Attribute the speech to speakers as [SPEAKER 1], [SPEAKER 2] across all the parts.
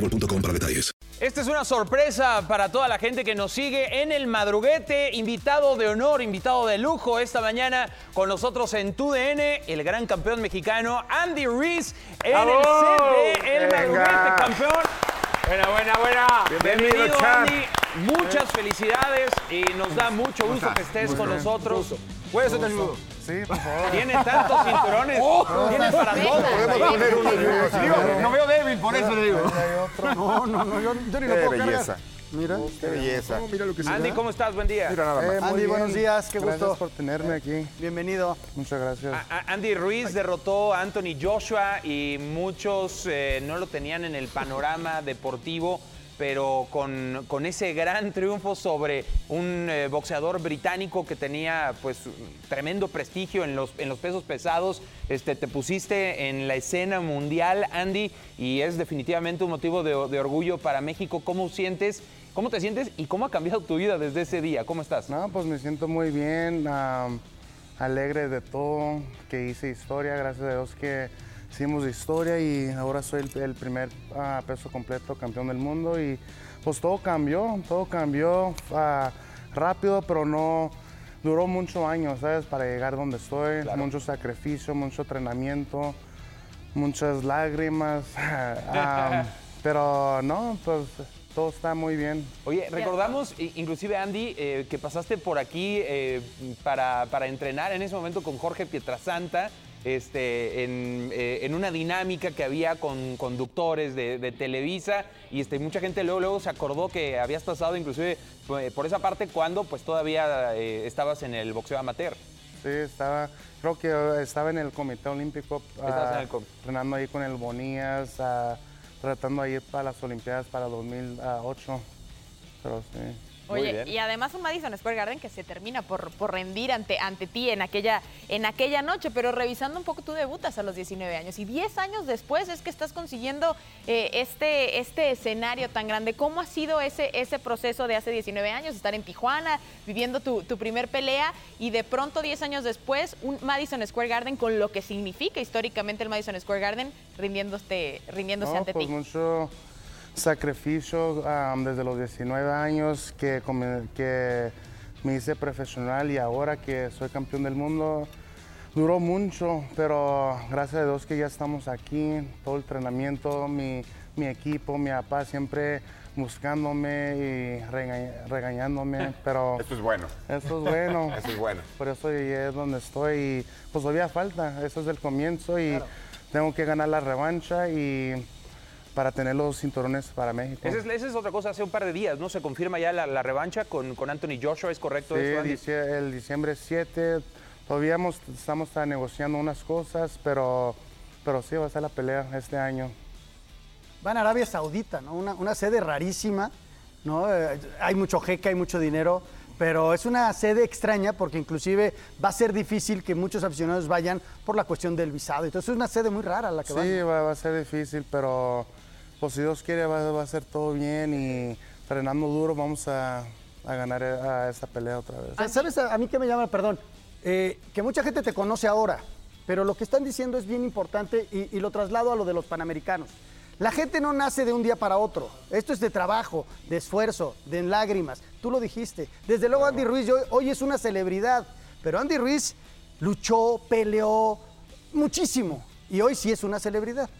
[SPEAKER 1] para detalles.
[SPEAKER 2] Esta es una sorpresa para toda la gente que nos sigue en el madruguete. Invitado de honor, invitado de lujo esta mañana con nosotros en TUDN, el gran campeón mexicano Andy Reese en el set de El Madruguete, campeón. Buena, buena, buena. Bienvenido, Andy. Muchas felicidades y nos da mucho gusto que estés con nosotros. ¿Puedes hacer ayudo?
[SPEAKER 3] Sí, por favor. Oh.
[SPEAKER 2] Tienes tantos cinturones. Tienes para todos.
[SPEAKER 4] no veo débil, por eso le digo.
[SPEAKER 3] Hay otro. No, no, no, yo, yo ni lo
[SPEAKER 5] Qué
[SPEAKER 3] puedo cargar.
[SPEAKER 5] belleza.
[SPEAKER 3] Mira,
[SPEAKER 5] Qué belleza.
[SPEAKER 3] No, mira lo que se
[SPEAKER 2] Andy,
[SPEAKER 3] da.
[SPEAKER 2] ¿cómo estás? Buen día.
[SPEAKER 5] Mira nada más.
[SPEAKER 3] Eh, muy
[SPEAKER 5] Andy,
[SPEAKER 3] bien.
[SPEAKER 5] buenos días, qué
[SPEAKER 3] Gracias
[SPEAKER 5] gusto.
[SPEAKER 3] por tenerme aquí.
[SPEAKER 5] Bienvenido.
[SPEAKER 3] Muchas gracias.
[SPEAKER 2] A- a- Andy Ruiz derrotó a Anthony Joshua y muchos eh, no lo tenían en el panorama deportivo, pero con, con ese gran triunfo sobre un eh, boxeador británico que tenía pues un tremendo prestigio en los, en los pesos pesados, este, te pusiste en la escena mundial, Andy, y es definitivamente un motivo de, de orgullo para México. ¿Cómo sientes? ¿Cómo te sientes y cómo ha cambiado tu vida desde ese día? ¿Cómo estás?
[SPEAKER 3] No, pues me siento muy bien, am, alegre de todo, que hice historia, gracias a Dios que hicimos historia y ahora soy el, el primer ah, peso completo campeón del mundo y pues todo cambió, todo cambió ah, rápido, pero no duró muchos años, ¿sabes? Para llegar donde estoy, mucho sacrificio, mucho entrenamiento, muchas lágrimas, am, pero no, pues todo está muy bien.
[SPEAKER 2] Oye, recordamos, i- inclusive Andy, eh, que pasaste por aquí eh, para, para entrenar en ese momento con Jorge Pietrasanta, este, en, eh, en una dinámica que había con conductores de, de Televisa, y este, mucha gente luego, luego se acordó que habías pasado inclusive eh, por esa parte cuando pues todavía eh, estabas en el boxeo amateur.
[SPEAKER 3] Sí, estaba, creo que estaba en el Comité Olímpico.
[SPEAKER 2] Estabas
[SPEAKER 3] ah,
[SPEAKER 2] en el com-
[SPEAKER 3] Entrenando ahí con el Bonías, ah, tratando de ir para las Olimpiadas para 2008. Pero sí.
[SPEAKER 2] Muy
[SPEAKER 6] Oye,
[SPEAKER 2] bien.
[SPEAKER 6] y además un Madison Square Garden que se termina por, por rendir ante, ante ti en aquella, en aquella noche, pero revisando un poco, tú debutas a los 19 años y 10 años después es que estás consiguiendo eh, este, este escenario tan grande. ¿Cómo ha sido ese, ese proceso de hace 19 años, estar en Tijuana, viviendo tu, tu primer pelea y de pronto 10 años después un Madison Square Garden con lo que significa históricamente el Madison Square Garden rindiéndose, rindiéndose
[SPEAKER 3] No,
[SPEAKER 6] ante
[SPEAKER 3] pues
[SPEAKER 6] ti?
[SPEAKER 3] mucho sacrificio am, desde los 19 años que, come- que me hice profesional y ahora que soy campeón del mundo. Duró mucho, pero gracias a Dios que ya estamos aquí, todo el entrenamiento, mi, mi equipo, mi papá siempre buscándome y regaña- regañándome, pero
[SPEAKER 5] Esto es bueno.
[SPEAKER 3] eso es bueno.
[SPEAKER 5] Eso es bueno.
[SPEAKER 3] Por eso llegué a donde estoy y pues todavía falta, eso es el comienzo y tengo que ganar la revancha y para tener los cinturones para México.
[SPEAKER 2] Esa es, esa es otra cosa, hace un par de días, ¿no? Se confirma ya la, la revancha con, con Anthony Joshua, ¿es correcto
[SPEAKER 3] Sí,
[SPEAKER 2] eso, Andy?
[SPEAKER 3] dicie- el diciembre 7, todavía hemos- estamos ah, negociando unas cosas, pero, pero sí va a ser la pelea este año.
[SPEAKER 5] van a Arabia Saudita, ¿no? Una, una sede rarísima, ¿no? Eh, hay mucho jeque, hay mucho dinero, pero es una sede extraña porque inclusive va a ser difícil que muchos aficionados vayan por la cuestión del visado. Entonces es una sede muy rara la que van.
[SPEAKER 3] Sí, va, va a ser difícil, pero pues si Dios quiere va, va a ser todo bien y entrenando duro vamos a, a ganar eh, a esta pelea otra vez.
[SPEAKER 5] Ah, ¿Sabes a, a mí que me llama? Perdón. Eh, que mucha gente te conoce ahora, pero lo que están diciendo es bien importante y, y lo traslado a lo de los panamericanos. La gente no nace de un día para otro. Esto es de trabajo, de esfuerzo, de lágrimas. Tú lo dijiste. Desde luego Andy Ruiz hoy, hoy es una celebridad, pero Andy Ruiz luchó, peleó muchísimo y hoy sí es una celebridad.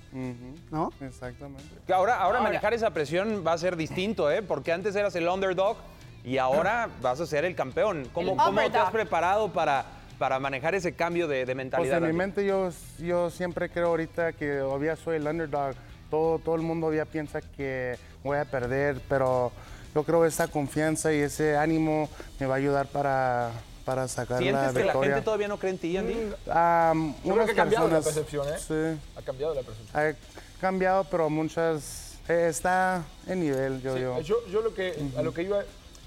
[SPEAKER 5] ¿No?
[SPEAKER 3] Exactamente.
[SPEAKER 2] Que Ahora, ahora, manejar esa presión va a ser distinto, ¿eh? Porque antes eras el underdog y ahora vas a ser el campeón. ¿Cómo,
[SPEAKER 3] El
[SPEAKER 2] cómo te has
[SPEAKER 3] overdog.
[SPEAKER 2] preparado para, para manejar ese cambio de, de
[SPEAKER 3] Pues
[SPEAKER 2] mentalidad?
[SPEAKER 3] en mi
[SPEAKER 2] David?
[SPEAKER 3] mente yo, yo siempre creo ahorita que todavía soy el underdog. Todo, todo el mundo ya piensa que voy a perder, pero yo creo que esa confianza y ese ánimo me va a ayudar para, para sacar la
[SPEAKER 2] ¿Sientes que
[SPEAKER 3] victoria.
[SPEAKER 2] la gente todavía no cree en ti, Andy?
[SPEAKER 3] Ah,
[SPEAKER 7] Yo creo
[SPEAKER 3] unas
[SPEAKER 7] que ha cambiado la
[SPEAKER 3] personas-
[SPEAKER 7] percepción, ¿eh?
[SPEAKER 3] Sí.
[SPEAKER 7] Ha cambiado la percepción.
[SPEAKER 3] Ha cambiado, pero muchas... eh, está en nivel, yo
[SPEAKER 7] Sí,
[SPEAKER 3] digo.
[SPEAKER 7] Yo, yo lo que, a lo que iba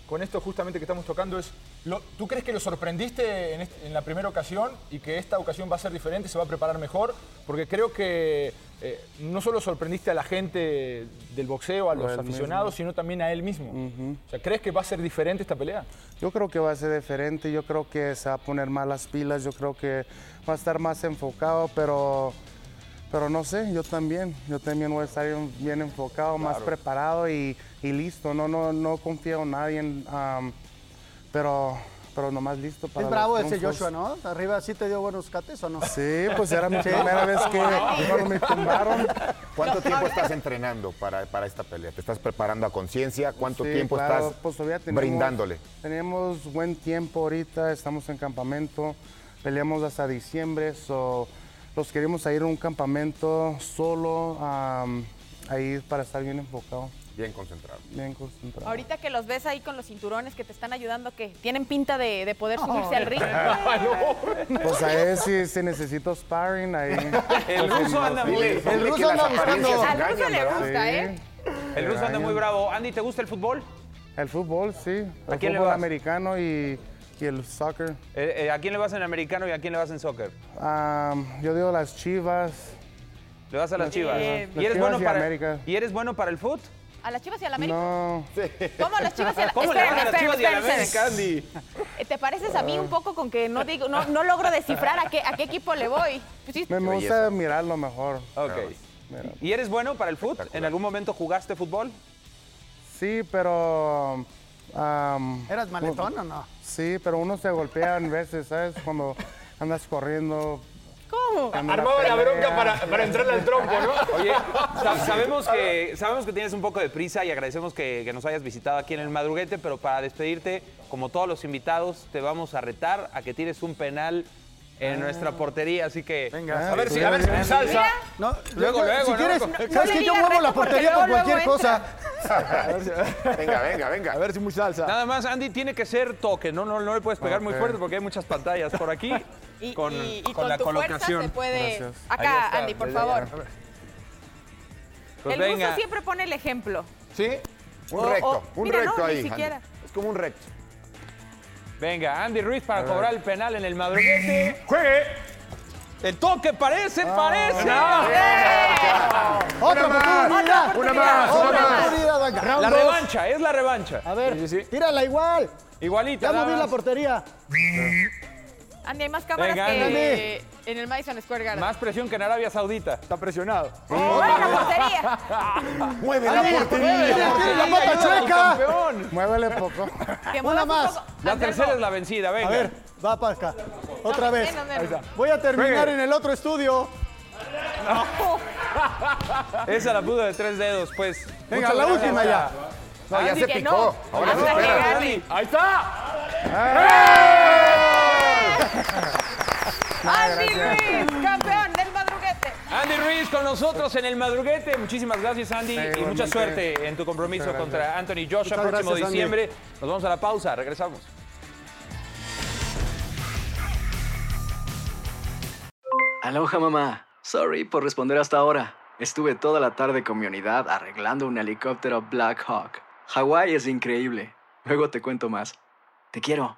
[SPEAKER 7] con esto justamente que estamos tocando es, lo- ¿tú crees que lo sorprendiste en, est- en la primera ocasión y que esta ocasión va a ser diferente, se va a preparar mejor? Porque creo que eh, no solo sorprendiste a la gente del boxeo, a
[SPEAKER 3] A
[SPEAKER 7] los
[SPEAKER 3] él
[SPEAKER 7] aficionados,
[SPEAKER 3] mismo.
[SPEAKER 7] sino también a él mismo. O sea, ¿crees que va a ser diferente esta pelea?
[SPEAKER 3] Yo creo que va a ser diferente, yo creo que se va a poner más las pilas, yo creo que va a estar más enfocado, pero, pero no sé, yo también, yo también voy a estar bien- bien enfocado, más
[SPEAKER 7] Claro.
[SPEAKER 3] preparado y, y listo, no, no, no confío en nadie, am, pero, pero nomás listo para
[SPEAKER 5] Es
[SPEAKER 3] los
[SPEAKER 5] bravo ese
[SPEAKER 3] triunfos.
[SPEAKER 5] Joshua, ¿no? Arriba sí te dio buenos cates o no.
[SPEAKER 3] Sí, pues era mi primera vez que cuando me tumbaron.
[SPEAKER 8] ¿Cuánto tiempo estás entrenando para, para esta pelea? ¿Te estás preparando a conciencia? ¿Cuánto
[SPEAKER 3] Sí,
[SPEAKER 8] tiempo
[SPEAKER 3] claro,
[SPEAKER 8] estás
[SPEAKER 3] pues, todavía tenemos-
[SPEAKER 8] brindándole?
[SPEAKER 3] Tenemos buen tiempo ahorita, estamos en campamento, peleamos hasta diciembre, so, los queremos a ir a un campamento solo, am, ahí para estar bien enfocado,
[SPEAKER 8] Bien concentrado.
[SPEAKER 3] bien concentrado.
[SPEAKER 6] Ahorita que los ves ahí con los cinturones que te están ayudando, que tienen pinta de, de poder subirse al ring.
[SPEAKER 3] Pues a ver si, si necesito sparring ahí.
[SPEAKER 2] El
[SPEAKER 3] Pues
[SPEAKER 2] ruso anda muy- El ruso anda buscando. Al ruso le gusta, ¿eh? El ruso anda muy bravo. Andy, ¿te gusta el fútbol?
[SPEAKER 3] El fútbol, sí. El
[SPEAKER 2] ¿A quién le
[SPEAKER 3] fútbol
[SPEAKER 2] vas?
[SPEAKER 3] americano y, y el soccer.
[SPEAKER 2] Eh, eh, ¿A quién le vas en americano y a quién le vas en soccer?
[SPEAKER 3] Am, yo digo las chivas.
[SPEAKER 2] Le vas a las
[SPEAKER 3] Las
[SPEAKER 2] Chivas.
[SPEAKER 3] Chivas.
[SPEAKER 2] ¿Y eres,
[SPEAKER 3] Las
[SPEAKER 2] bueno
[SPEAKER 3] Chivas y
[SPEAKER 2] para,
[SPEAKER 3] América.
[SPEAKER 2] ¿Y eres bueno para el fútbol?
[SPEAKER 6] A las chivas y a la América.
[SPEAKER 3] No.
[SPEAKER 6] ¿Cómo las chivas y a la
[SPEAKER 2] ¿Cómo le
[SPEAKER 6] Esperen,
[SPEAKER 2] van a las
[SPEAKER 6] esperen,
[SPEAKER 2] Chivas y a la
[SPEAKER 6] esperen,
[SPEAKER 2] América, Ah.
[SPEAKER 6] esperen.
[SPEAKER 2] Andy?
[SPEAKER 6] Eh, ¿Te pareces a mí un poco con que no digo, no, no logro descifrar a qué, a qué equipo le voy? Pues sí.
[SPEAKER 3] Me, me gusta mirarlo mejor.
[SPEAKER 2] Ok. ¿Y eres bueno para el fútbol? ¿En algún momento jugaste fútbol?
[SPEAKER 3] Sí, pero... am,
[SPEAKER 5] ¿Eras maletón
[SPEAKER 3] u-
[SPEAKER 5] o no?
[SPEAKER 3] Sí, pero uno se golpea en veces, ¿sabes? Cuando andas corriendo.
[SPEAKER 6] ¿Cómo?
[SPEAKER 3] Cuando
[SPEAKER 7] Armaba la
[SPEAKER 3] pelea.
[SPEAKER 7] bronca para, para entrarle al trompo, ¿no?
[SPEAKER 2] Oye, sa- sabemos, que, sabemos que tienes un poco de prisa y agradecemos que, que nos hayas visitado aquí en el madruguete, pero para despedirte, como todos los invitados, te vamos a retar a que tires un penal en nuestra portería, así que...
[SPEAKER 5] Ah.
[SPEAKER 6] Ah,
[SPEAKER 5] Venga.
[SPEAKER 2] a ver si, a ver si me salsa.
[SPEAKER 5] No,
[SPEAKER 2] Luego,
[SPEAKER 5] yo-
[SPEAKER 2] luego,
[SPEAKER 5] si
[SPEAKER 2] ¿no?
[SPEAKER 5] quieres,
[SPEAKER 2] Con-
[SPEAKER 5] ¿sabes
[SPEAKER 2] No
[SPEAKER 5] que
[SPEAKER 2] le
[SPEAKER 5] yo
[SPEAKER 2] digas
[SPEAKER 5] muevo la
[SPEAKER 2] reto porque
[SPEAKER 5] portería
[SPEAKER 2] luego,
[SPEAKER 5] con cualquier
[SPEAKER 2] luego
[SPEAKER 5] cosa?
[SPEAKER 8] venga, venga, venga. A
[SPEAKER 7] ver si muy salsa.
[SPEAKER 2] Nada más, Andy, tiene que ser toque, no, no, no le puedes pegar muy
[SPEAKER 7] Ok.
[SPEAKER 2] fuerte porque hay muchas pantallas por aquí
[SPEAKER 6] Y
[SPEAKER 2] con,
[SPEAKER 6] y- y
[SPEAKER 2] con
[SPEAKER 6] con
[SPEAKER 2] la
[SPEAKER 6] tu fuerza
[SPEAKER 2] colocación.
[SPEAKER 6] se puede-
[SPEAKER 2] Ahí
[SPEAKER 6] Acá,
[SPEAKER 2] está,
[SPEAKER 6] Andy, por
[SPEAKER 2] desde
[SPEAKER 6] favor.
[SPEAKER 2] allá. Pues
[SPEAKER 6] el
[SPEAKER 2] venga.
[SPEAKER 6] ruso siempre pone el ejemplo.
[SPEAKER 7] ¿Sí?
[SPEAKER 8] Un
[SPEAKER 6] O-
[SPEAKER 8] recto,
[SPEAKER 6] o-
[SPEAKER 8] un
[SPEAKER 6] mira,
[SPEAKER 8] recto
[SPEAKER 6] no, ni
[SPEAKER 8] ahí. Andy.
[SPEAKER 6] siquiera.
[SPEAKER 8] Es como un recto.
[SPEAKER 2] Venga, Andy Ruiz para
[SPEAKER 8] A ver.
[SPEAKER 2] cobrar el penal en el madruguete. ¡Juegue! El toque parece, parece. Ah, eh,
[SPEAKER 5] Otra oportunidad.
[SPEAKER 2] Una más,
[SPEAKER 5] Otra
[SPEAKER 2] una más.
[SPEAKER 5] oportunidad, venga.
[SPEAKER 2] La
[SPEAKER 5] Round dos.
[SPEAKER 2] revancha, es la revancha.
[SPEAKER 5] A ver, tírala igual.
[SPEAKER 2] Igualita.
[SPEAKER 5] Ya
[SPEAKER 2] nada
[SPEAKER 5] moví la
[SPEAKER 2] más.
[SPEAKER 5] portería.
[SPEAKER 6] Andy, hay más cámaras
[SPEAKER 2] Venga,
[SPEAKER 6] que en el Madison Square Garden.
[SPEAKER 2] Más presión que en Arabia Saudita. Está presionado.
[SPEAKER 6] ¡Mueve la portería!
[SPEAKER 8] ¡Mueve
[SPEAKER 6] la
[SPEAKER 5] portería! ¡Tiene la pata chueca!
[SPEAKER 3] Muévele poco.
[SPEAKER 6] Que
[SPEAKER 5] Una
[SPEAKER 6] muevas un
[SPEAKER 5] más.
[SPEAKER 2] La tercera es la vencida, venga.
[SPEAKER 5] A ver, va para acá. Otra
[SPEAKER 6] No,
[SPEAKER 5] vez.
[SPEAKER 6] menos, menos.
[SPEAKER 5] Ahí está. Voy a terminar
[SPEAKER 2] Juegue.
[SPEAKER 5] en el otro estudio.
[SPEAKER 2] Esa la pudo de tres dedos, pues.
[SPEAKER 5] Venga,
[SPEAKER 2] Muchas
[SPEAKER 5] la
[SPEAKER 2] gracias.
[SPEAKER 5] última ya. Ah,
[SPEAKER 8] No, ya
[SPEAKER 2] Andy,
[SPEAKER 8] se
[SPEAKER 2] que
[SPEAKER 8] picó.
[SPEAKER 3] Ah,
[SPEAKER 2] no.
[SPEAKER 8] Ahora sí,
[SPEAKER 2] Vamos a
[SPEAKER 8] espera.
[SPEAKER 2] pegarle. Ahí está.
[SPEAKER 5] Ah,
[SPEAKER 6] ¡Andy Ruiz, campeón del madruguete!
[SPEAKER 2] Andy Ruiz con nosotros en el madruguete. Muchísimas gracias, Andy. y mucha
[SPEAKER 7] igualmente.
[SPEAKER 2] suerte en tu compromiso
[SPEAKER 7] Muchas
[SPEAKER 2] contra
[SPEAKER 7] gracias.
[SPEAKER 2] Anthony Joshua
[SPEAKER 7] Muchas
[SPEAKER 2] próximo
[SPEAKER 7] gracias, Andy.
[SPEAKER 2] diciembre. Nos vamos a la pausa. Regresamos.
[SPEAKER 9] Aloha mamá. Sorry por responder hasta ahora. Estuve toda la tarde con mi unidad arreglando un helicóptero Black Hawk. Hawái es increíble. Luego te cuento más. Te quiero.